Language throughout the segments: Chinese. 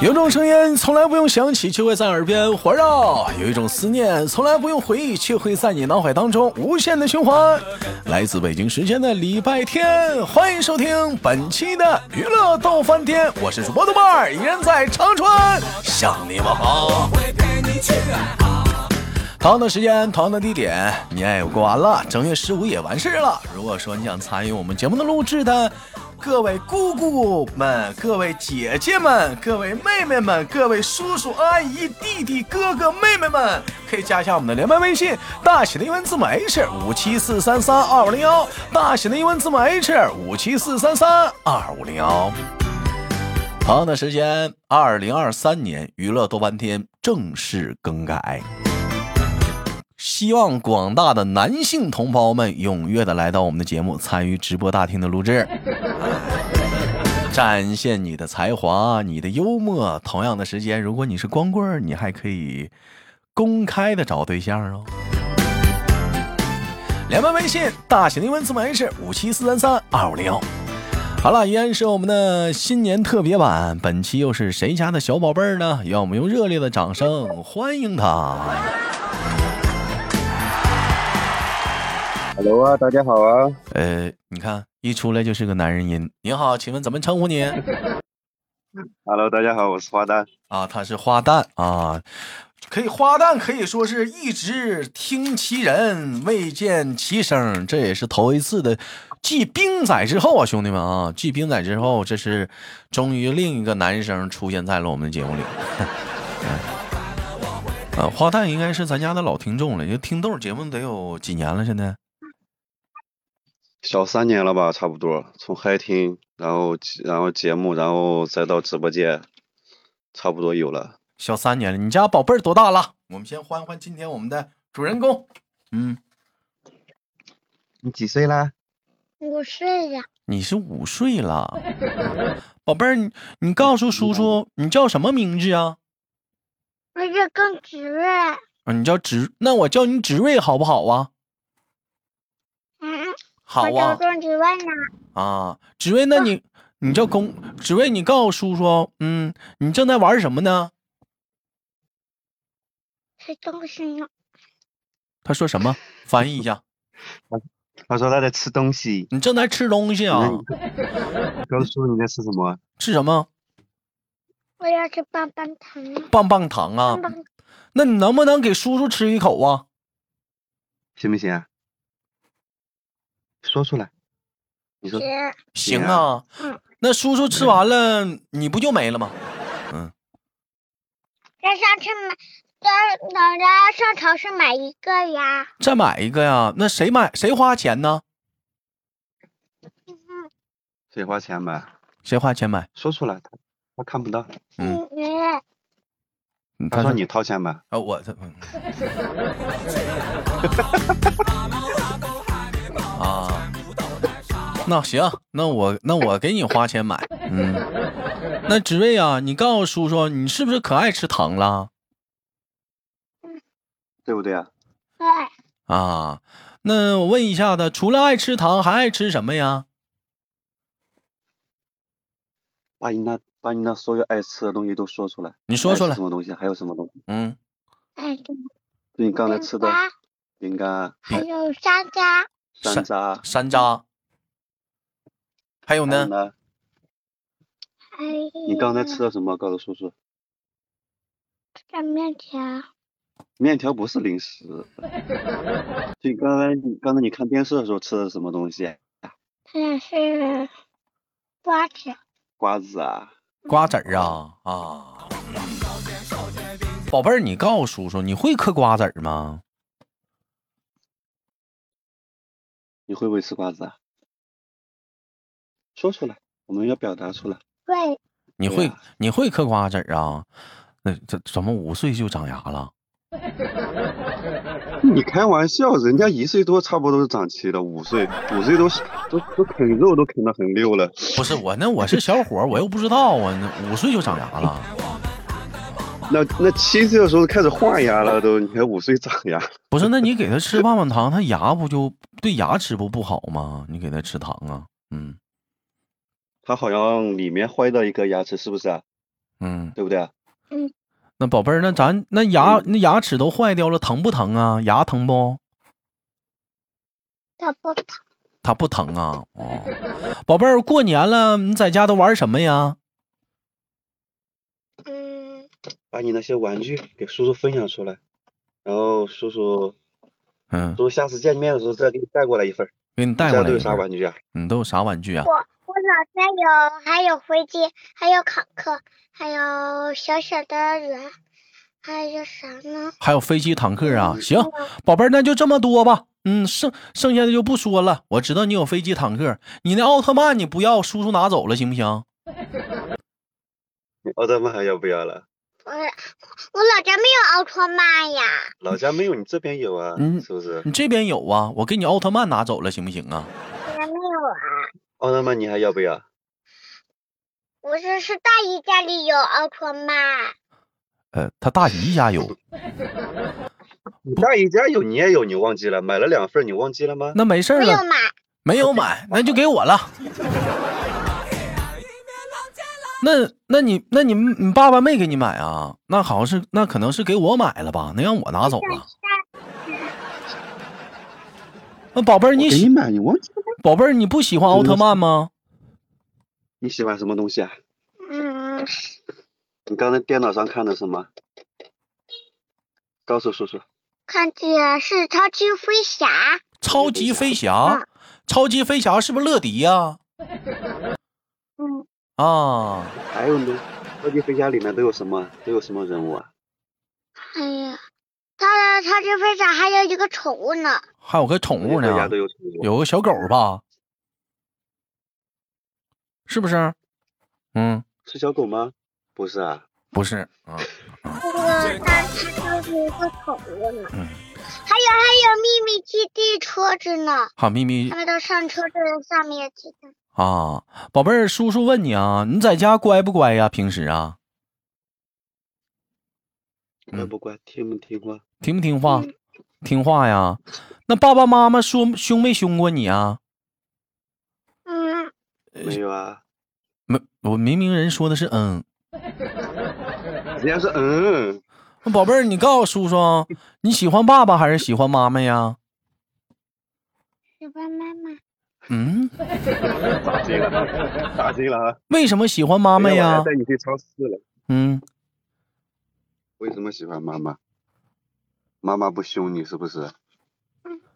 有种声音从来不用想起，却会在耳边环绕；有一种思念从来不用回忆，却会在你脑海当中无限的循环。来自北京时间的礼拜天，欢迎收听本期的娱乐逗翻天，我是主播豆瓣儿，依然在长春向你们好。同样的时间，同样的地点，年也过完了，正月十五也完事了。如果说你想参与我们节目的录制的，各位姑姑们、各位姐姐们、各位妹妹们、各位叔叔阿姨、弟弟哥哥妹妹们，可以加一下我们的连麦微信，大写的英文字母 H 五七四三三二五零幺，大写的英文字母 H 五七四三三二五零幺。同样的时间，二零二三年娱乐多半天正式更改。希望广大的男性同胞们踊跃的来到我们的节目，参与直播大厅的录 制，展现你的才华、你的幽默。同样的时间，如果你是光棍儿，你还可以公开的找对象哦。连麦微信大写的英文字母 H 五七四三三二五零幺。好了，依然是我们的新年特别版，本期又是谁家的小宝贝儿呢？让我们用热烈的掌声欢迎他。 Hello 啊，大家好啊，呃，你看一出来就是个男人音。您好，请问怎么称呼您？ ，Hello 大家好，我是花旦。啊，他是花旦啊，可以花旦可以说是一直听其人，未见其声，这也是头一次的。继冰仔之后啊，兄弟们啊，继冰仔之后，这是终于另一个男生出现在了 我们的节目里。嗯啊，花旦应该是咱家的老听众了，就听豆儿节目得有几年了，现在。小三年了吧，差不多，从嗨听，然后然后节目，然后再到直播间，差不多有了。小三年了，你家宝贝儿多大了？我们先欢欢今天我们的主人公。嗯，你几岁啦？五岁了，你是五岁了，宝贝儿，你你告诉叔叔你叫什么名字啊？我是更侄儿。啊，你叫植，那我叫你植瑞好不好啊？嗯，好我叫啊更侄儿呢。啊，植瑞，那你你叫公植瑞，你告诉叔叔，嗯，你正在玩什么呢？是东西呢。他说什么？翻译一下，他说他在吃东西，你正在吃东西啊？嗯告诉你在吃什么？啊吃什么？我要吃棒棒糖呢，棒棒糖啊棒？棒那你能不能给叔叔吃一口啊？行不行啊？说出来。你说吃。行行啊啊，嗯那叔叔吃完了，你不就没了吗？咱上次买，咱等着上超市买一个呀。再买一个呀？那谁买谁花钱呢？谁花钱买？啊谁花钱买？说出来，他他看不到。嗯你嗯他说你掏钱买。啊，我他嗯啊，那行，那我那我给你花钱买。嗯，那职位啊，你告诉叔叔，你是不是可爱吃糖了对不对啊？哎，啊？那我问一下子，除了爱吃糖，还爱吃什么呀？把你那把你那所有爱吃的东西都说出来。你说爱出吃来什么东西？还有什么东西？嗯，哎，对就你刚才南吃的瓜饼干、还有山楂，山山楂。山楂，还有还有呢？呢？还你刚才有吃的什么？告诉叔叔。擀面条。面条不是零食。就你刚才你刚才你看电视的时候吃的什么东西？啊它也是瓜子，瓜子啊？瓜子儿啊啊！宝贝儿，你告诉叔叔，你会嗑瓜子儿吗？你会不会吃瓜子啊？说出来，我们要表达出来。对，你对啊会、呀你会嗑瓜子儿啊？那这怎么五岁就长牙了？你开玩笑，人家一岁多差不多是长齐了，五岁五岁都是都都啃肉都啃得很溜了。不是我，那我是小伙儿，我又不知道啊。那五岁就长牙了，那那七岁的时候开始画牙了都，你还五岁长牙？不是？那你给他吃棒棒糖，他牙不就对牙齿不不好吗？你给他吃糖啊，嗯他好像里面坏掉一颗牙齿，是不是啊？嗯，对不对？那宝贝儿，那咱那牙嗯那牙齿都坏掉了，疼不疼啊？牙疼不？它不疼，它不疼啊。哦，宝贝儿，过年了，你在家都玩什么呀？嗯，把你那些玩具给叔叔分享出来，然后叔叔嗯叔，叔下次见面的时候再给你带过来一份儿。给你带你家过来都有一啥份儿。玩具啊？你都有啥玩具啊？我脑袋有，还有飞机，还有坦克，还有小小的人，还有啥呢？还有飞机、坦克啊。行，嗯宝贝儿，那就这么多吧。嗯，剩剩下的就不说了。我知道你有飞机、坦克，你那奥特曼你不要，叔叔拿走了，行不行？你奥特曼还要不要了？我我老家没有奥特曼呀，老家没有，你这边有啊，嗯是不是？你这边有啊，我给你奥特曼拿走了，行不行啊？我家没有啊。奥特曼你还要不要？我是是大姨家里有奥特曼，呃，他大姨家有，你大姨家有，你也有，你忘记了？买了两份儿，你忘记了吗？那没事没儿有了，买。没有买，那就给我了。那那你那你你爸爸没给你买啊？那好像是那可能是给我买了吧？那让我拿走了。那宝贝儿，你给你喜买，你忘记了？宝贝儿你不喜欢奥特曼吗？你喜欢什么东西啊？嗯，你刚才电脑上看的什么？告诉叔叔。看见是超级飞侠，超级飞啊侠，超级飞侠是不是乐迪呀、嗯，啊？还有呢？超级飞侠里面都有什么？都有什么人物啊？哎呀，他的超级飞侠还有一个宠物呢，还有个宠物每哎呢个家，都有宠物。有个小狗吧？是不是？嗯，是小狗吗？不是啊，不是，嗯，这个他他就是一个宠物呢，嗯还有还有秘密基地车子呢，好咪咪他们都上车子上面去的，啊，宝贝儿，叔叔问你啊，你在家乖不乖呀？平时啊，乖呃不乖？听不听话？听不听话？嗯听话呀。那爸爸妈妈说凶没凶过你啊？嗯，没有啊，没，我明明人说的是嗯。人家是嗯， 那宝贝儿，你告诉叔叔，你喜欢爸爸还是喜欢妈妈呀？喜欢妈妈，嗯，打击了啊，打击了啊！为什么喜欢妈妈等一会儿我呀还？带你去超市了。嗯，为什么喜欢妈妈？妈妈不凶你是不是？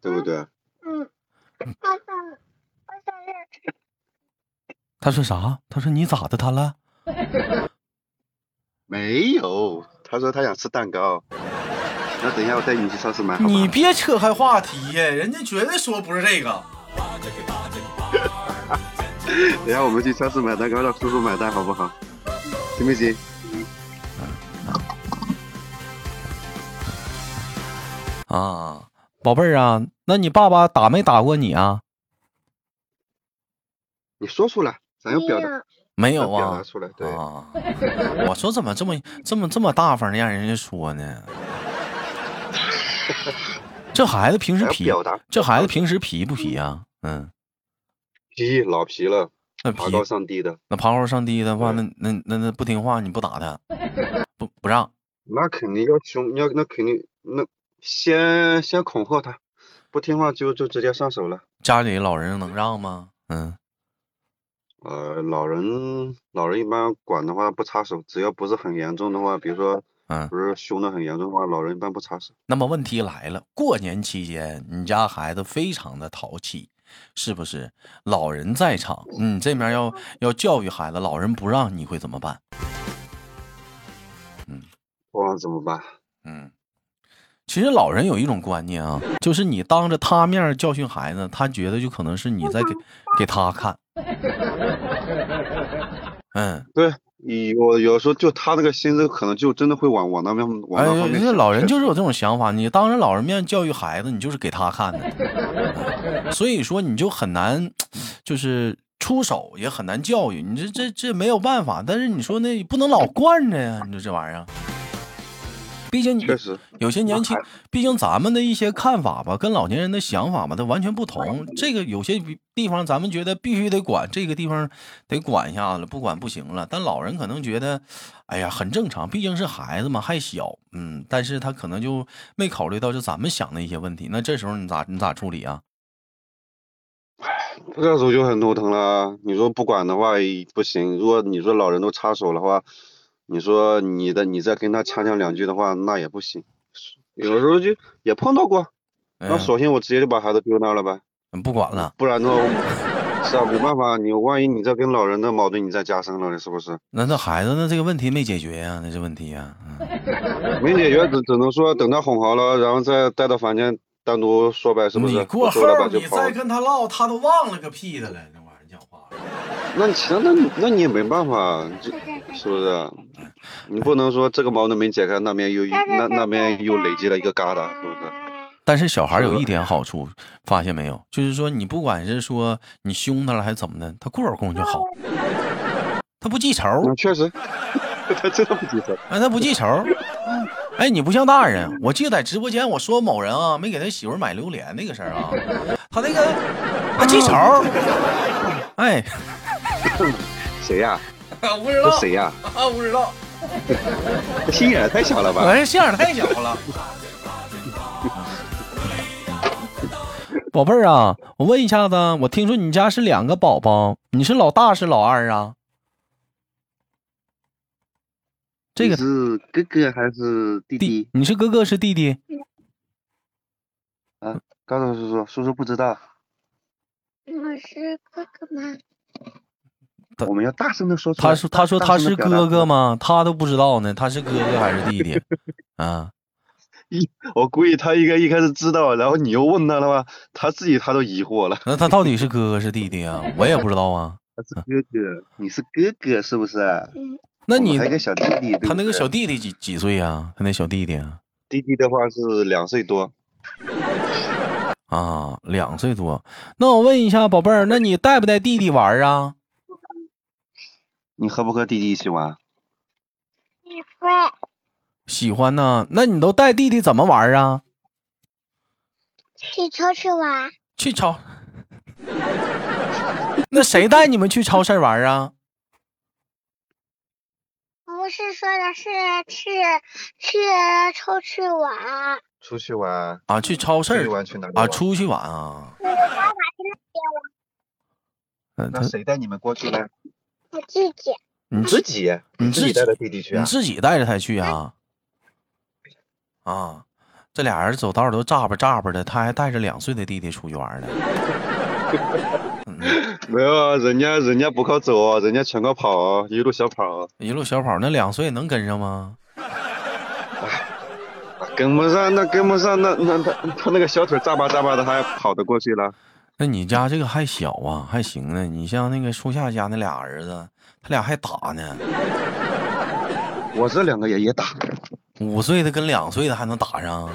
对不对？嗯，我想我想是。他说啥？他说你咋的他了？没有，他说他想吃蛋糕。那等一下我带你去超市买好你吗？别扯开话题呀，人家绝对说不是这个。等一下我们去超市买蛋糕，让叔叔买单好不好？行不行？啊，宝贝儿啊，那你爸爸打没打过你啊？你说出来，咱要表达，没要有表啊达。出来。对，啊，我说怎么这么这么这么大方的让人家说呢？这孩子平时要皮，表达。这孩子平时皮不皮呀、嗯，皮老皮了，那皮爬高上低的，那爬高上低的话，那对那那那不听话你不打他，不不让那肯定要凶，要那肯定那先先恐吓他，不听话就就直接上手了。家里老人能让吗？嗯，呃，老人老人一般管的话不插手，只要不是很严重的话，比如说嗯不是凶的很严重的话，老人一般不插手。那么问题来了，过年期间你家孩子非常的淘气，是不是？老人在场，你这面要要教育孩子，老人不让，你会怎么办？不管怎么办？嗯，其实老人有一种观念啊，就是你当着他面儿教训孩子，他觉得就可能是你在给给他看。嗯，对，你我有时候就他那个心思，可能就真的会往往那边往哎，那方面人家想。老人确就是实有这种想法，你当着老人面教育孩子，你就是给他看的， 所以说你就很难，就是出手也很难教育，你这这这没有办法。但是你说那也不能老惯着呀，你说这玩意儿。毕竟你确实，有些年轻，毕竟咱们的一些看法吧，跟老年人的想法吧，它完全不嗯同。这个有些地方咱们觉得必须得管，这个地方得管一下子，不管不行了。但老人可能觉得，哎呀，很正常，毕竟是孩子嘛，还小，嗯。但是他可能就没考虑到就咱们想的一些问题。那这时候你咋你咋处理啊？这时候就很头疼了。啊你说不管的话也不行，如果你说老人都插手的话，你说你的你再跟他掐讲两句的话，那也不行。有时候就也碰到过，哎呀那索性我直接就把孩子丢那儿了呗，不管了。不然的话，是啊，没办法，你万一你再跟老人的矛盾你再加深了，是不是？那这孩子，那这个问题没解决呀、那这问题呀、嗯没解决，只只能说等他哄好了，然后再带到房间单独说呗，是不是？你过不后说了吧就你跑了再跟他唠，他都忘了个屁的了，那玩意儿讲话。那你那那那你也没办法，这是不是？你不能说这个矛盾没解开，那边又那那边又累积了一个疙瘩，是不是？但是小孩有是一点好处，发现没有，就是说你不管是说你凶他了还是怎么的，他过会儿功就好，他不记仇，那嗯确实， 他真的不记仇。哎，他不记仇。哎，你不像大人，我记得在直播间我说某人啊，没给他媳妇儿买榴莲那个事儿啊，他那个他记仇，哎，谁呀、不知这道谁呀、啊，不知道。这心眼也太小了我吧？这心眼儿太小了。 宝贝儿啊，我问一下子，我听说你家是两个宝宝，你是老大是老二啊？ 这个你是哥哥还是弟弟，？你是哥哥是弟弟？告诉叔叔，叔叔不知道。呃嗯我是哥哥吗？他我们要大声的说出来。他说他说大他声地是表达哥哥吗？他都不知道呢，他是哥哥还是弟弟？啊，我估计他应该一开始知道，然后你又问他的话，他自己他都疑惑了。那他到底是哥哥是弟弟啊？我也不知道啊。他是哥哥，你是哥哥是不是？嗯，那我你们还有一个小弟弟，对不他那个对小弟弟几几岁啊？他那小弟弟啊？弟弟的话是两岁多，啊，两岁多。那我问一下，宝贝儿，那你带不带弟弟玩儿啊？你和不和弟弟一起玩？你会喜欢呢？那你都带弟弟怎么玩儿啊？去超市玩，去超。那谁带你们去超市玩儿啊？不是说的是去去超市玩，出去玩，啊，去超市出去儿玩去哪里啊，玩出去玩啊。嗯，他那谁带你们过去呢？我自己嗯你自自己，你自自己己带着弟弟去你啊？自己带着他去啊？哎啊，这俩人走道儿都咋吧咋吧的，他还带着两岁的弟弟出去玩儿呢。嗯没有啊，人家人家不靠走哦，人家全靠跑哦，一路小跑哦，一路小跑，那两岁能跟上吗？啊跟不上那跟不上那那他他那个小腿扎巴扎巴的，还跑得过去了。那你家这个还小啊，还行呢。你像那个树下家那俩儿子，他俩还打呢，我这两个也也打，五岁的跟两岁的还能打上，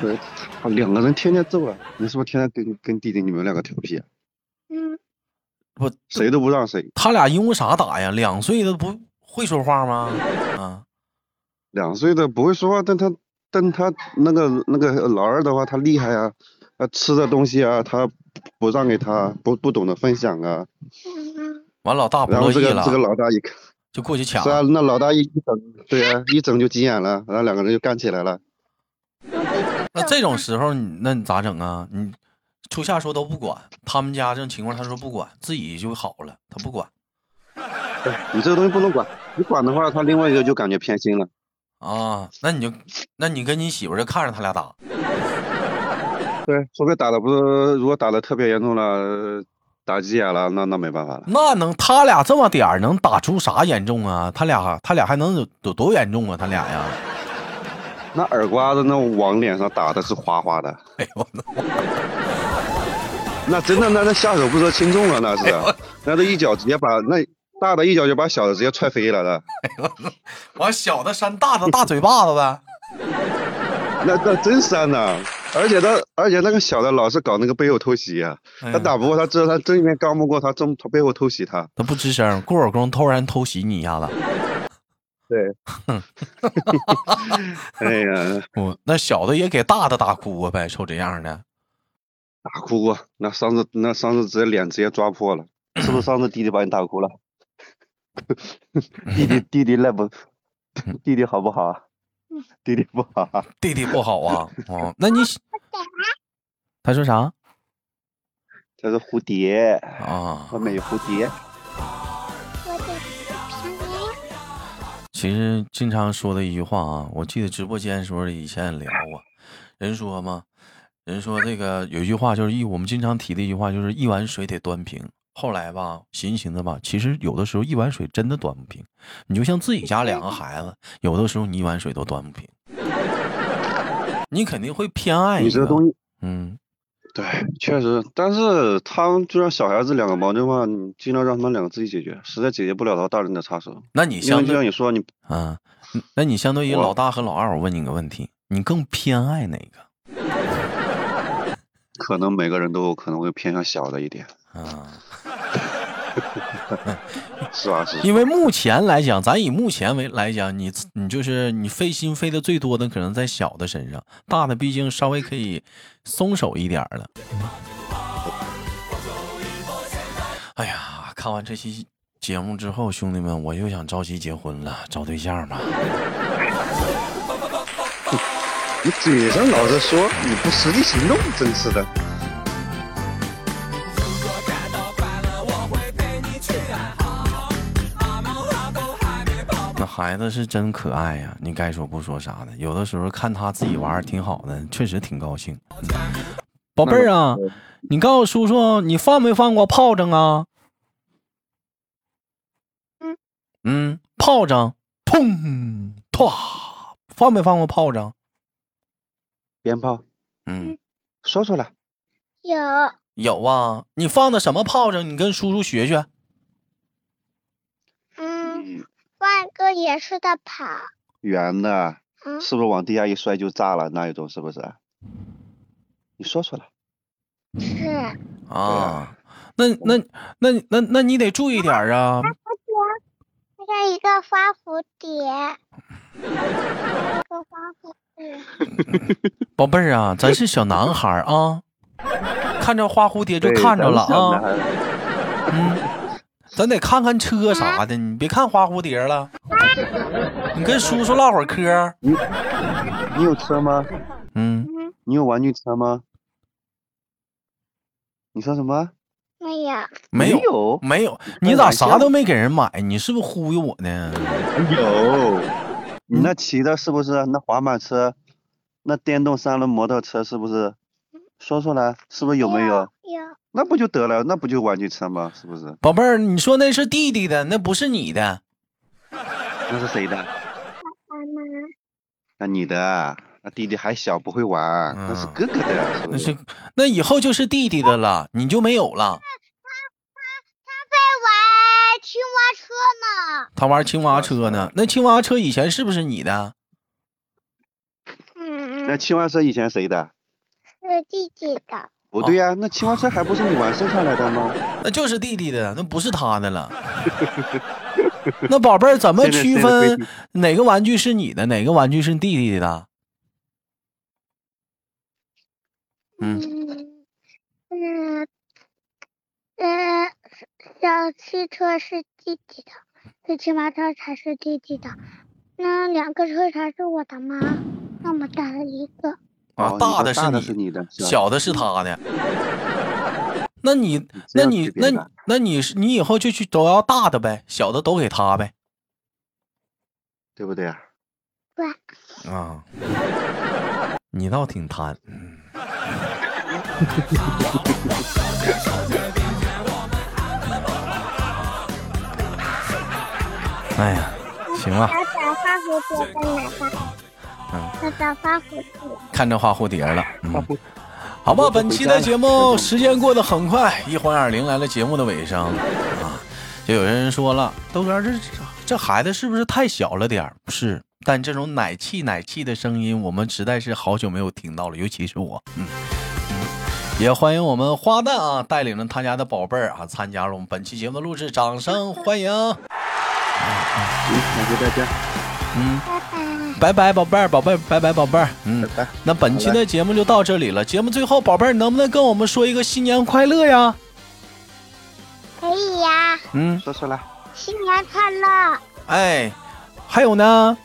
可啊两个人天天揍啊！你是不是天天跟跟弟弟你们两个调皮啊？嗯，不，谁都不让谁，他俩因为啥打呀？两岁的不会说话吗？啊，两岁的不会说话，但他但他那个那个老二的话，他厉害啊，啊吃的东西啊，他不让给他，不不懂得分享啊。嗯完老大不然乐后意这个了，这个老大一看，就过去抢是。啊，那老大一一整，对啊，一整就急眼了，然后两个人就干起来了。那这种时候你那你咋整啊？你初夏说都不管，他们家这种情况他说不管，自己就好了，他不管你这个东西不能管，你管的话，他另外一个就感觉偏心了。啊。那你就那你跟你媳妇儿就看着他俩打，对，除非打的不是，如果打的特别严重了，打急眼了，那那没办法了。那能，他俩这么点儿能打出啥严重啊？他俩他俩还能有有多严重啊？他俩呀， 那耳刮子那往脸上打的是哗哗的，哎呦我的，那真的那那下手不知轻重了，那是，啊那都一脚直接把那大的一脚就把小的直接踹飞了的，完小的扇大的大嘴巴子呗。那那真扇呐！而且他而且那个小的老是搞那个背后偷袭啊，哎他呀打不过他，知道他正面刚不过他，正他背后偷袭他，他不吱声，过会儿功夫突然偷袭你一下子，对， 哎呀，我那小的也给大的打哭过呗，瞅这样的。打哭啊！那上次那上次直接脸直接抓破了，是不是上次弟弟把你打哭了？ 弟弟弟弟赖不？弟弟好不好啊？弟弟不好啊，弟弟不好啊，哦，那你他说啥他是蝴蝶，啊我？美蝴蝶。我得平安。其实经常说的一句话啊，我记得直播间时候以前也聊过，人说嘛，人说这个有一句话就是一我们经常提的一句话就是一碗水得端平。后来吧，寻寻思吧，其实有的时候一碗水真的端不平。你就像自己家两个孩子，有的时候你一碗水都端不平，你肯定会偏爱你一这个个。东西，嗯，对，确实，但是他们就让小孩子两个矛盾嘛，你尽量让他们两个自己解决，实在解决不了的话，大人的插手。那你因为相就像对你说，你啊，那你相对于我老大和老二，我问你个问题，你更偏爱哪个？可能每个人都有可能会偏向小的一点，啊，是吧？是因为目前来讲，咱以目前为来讲，你你就是你费心费的最多的，可能在小的身上，大的毕竟稍微可以松手一点儿了。哎呀，看完这期节目之后，兄弟们，我又想着急结婚了，找对象吧。你嘴上老是说，你不实际行动，真是的。那孩子是真可爱呀、你该说不说啥的，有的时候看他自己玩儿挺好的，确实挺高兴。嗯宝贝儿啊，你告诉叔叔，你犯没犯过炮仗啊？嗯嗯，炮仗，砰，唰，犯没犯过炮仗？ 鞭炮嗯，说出来，有有啊。你放的什么炮仗？你跟叔叔学啊学。嗯，万哥也是在跑。圆的，嗯，是不是往地下一摔就炸了那一种？是不是？啊你说出来。是啊，那那那那那你得注意点儿啊。那个一个花蝴蝶，一个花蝴蝶。宝贝儿啊，咱是小男孩儿啊，看着花蝴蝶就对看着了咱们啊，小男孩嗯，咱得看看车啥的，你别看花蝴蝶了，你跟叔叔唠会儿嗑儿，你有车吗？嗯，嗯，你有玩具车吗？你说什么？没有，没有有，有，没有，开你咋玩笑啥都没给人买？你是不是忽悠我呢？你那骑的是不是那滑板车？那电动三轮摩托车是不是？说出来，是不是有没有？有那不就得了？那不就玩具车吗？是不是？宝贝儿，你说那是弟弟的，那不是你的，那是谁的？妈妈，那你的？啊那弟弟还小，不会玩，那是嗯哥哥的，啊是不那是是？那以后就是弟弟的了，你就没有了。在玩青蛙车呢。他玩青蛙车呢，那青蛙车以前是不是你的？那嗯，青蛙车以前谁的？是弟弟的。不对哦呀、那青蛙车还不是你玩剩下来的吗？那就是弟弟的，那不是他的了。那宝贝儿怎么现在区现在规分定哪个玩具是你的，哪个玩具是弟弟的？啊嗯嗯嗯嗯，小汽车是弟弟的，这青蛙车才是弟弟的，那两个车才是我的妈。那么大的一个，啊哦大你的说是大你是你的，是吧小的是他的。那你，嗯那这样啊你区，别那的你，那你是你以后就去都要大的呗，小的都给他呗。对不对啊？对，啊，你倒挺贪。 嗯哎呀，行了。他找花蝴蝶在哪吧？他找花蝴蝶。看着花蝴蝶了。嗯，好吧，本期的节目时间过得很快，一晃眼迎来了节目的尾声啊。就有人说了，豆哥这这孩子是不是太小了点儿？不是，但这种奶气奶气的声音，我们实在是好久没有听到了，尤其是我，嗯。嗯也欢迎我们花旦啊，带领着他家的宝贝儿啊，参加了我们本期节目的录制，掌声欢迎！嗯，感谢大家，嗯，拜拜拜，拜。宝贝儿，宝贝儿，拜拜，宝贝儿。嗯，拜拜。那本期的节目就到这里了。节目最后，宝贝儿能不能跟我们说一个新年快乐呀？可以呀、嗯，说出来。新年快乐！哎，还有呢，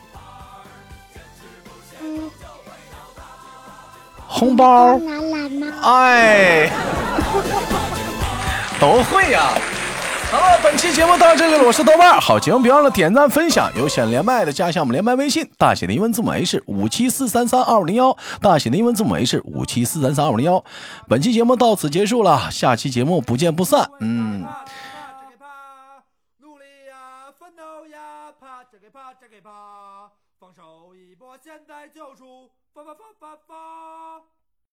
嗯，红包。拿来吗？哎， 都会呀、好了，本期节目到这里了，我是豆瓣儿。好节目别忘了点赞分享，有想连麦的加一下我们连麦微信，大写的英文字母 H 五七四三三二五零幺，大写的英文字母 H 五七四三三二五零幺。本期节目到此结束了，下期节目不见不散。嗯。这个怕，努力呀，奋斗呀，怕这个怕这个怕，放手一搏，现在就出，发发发发发。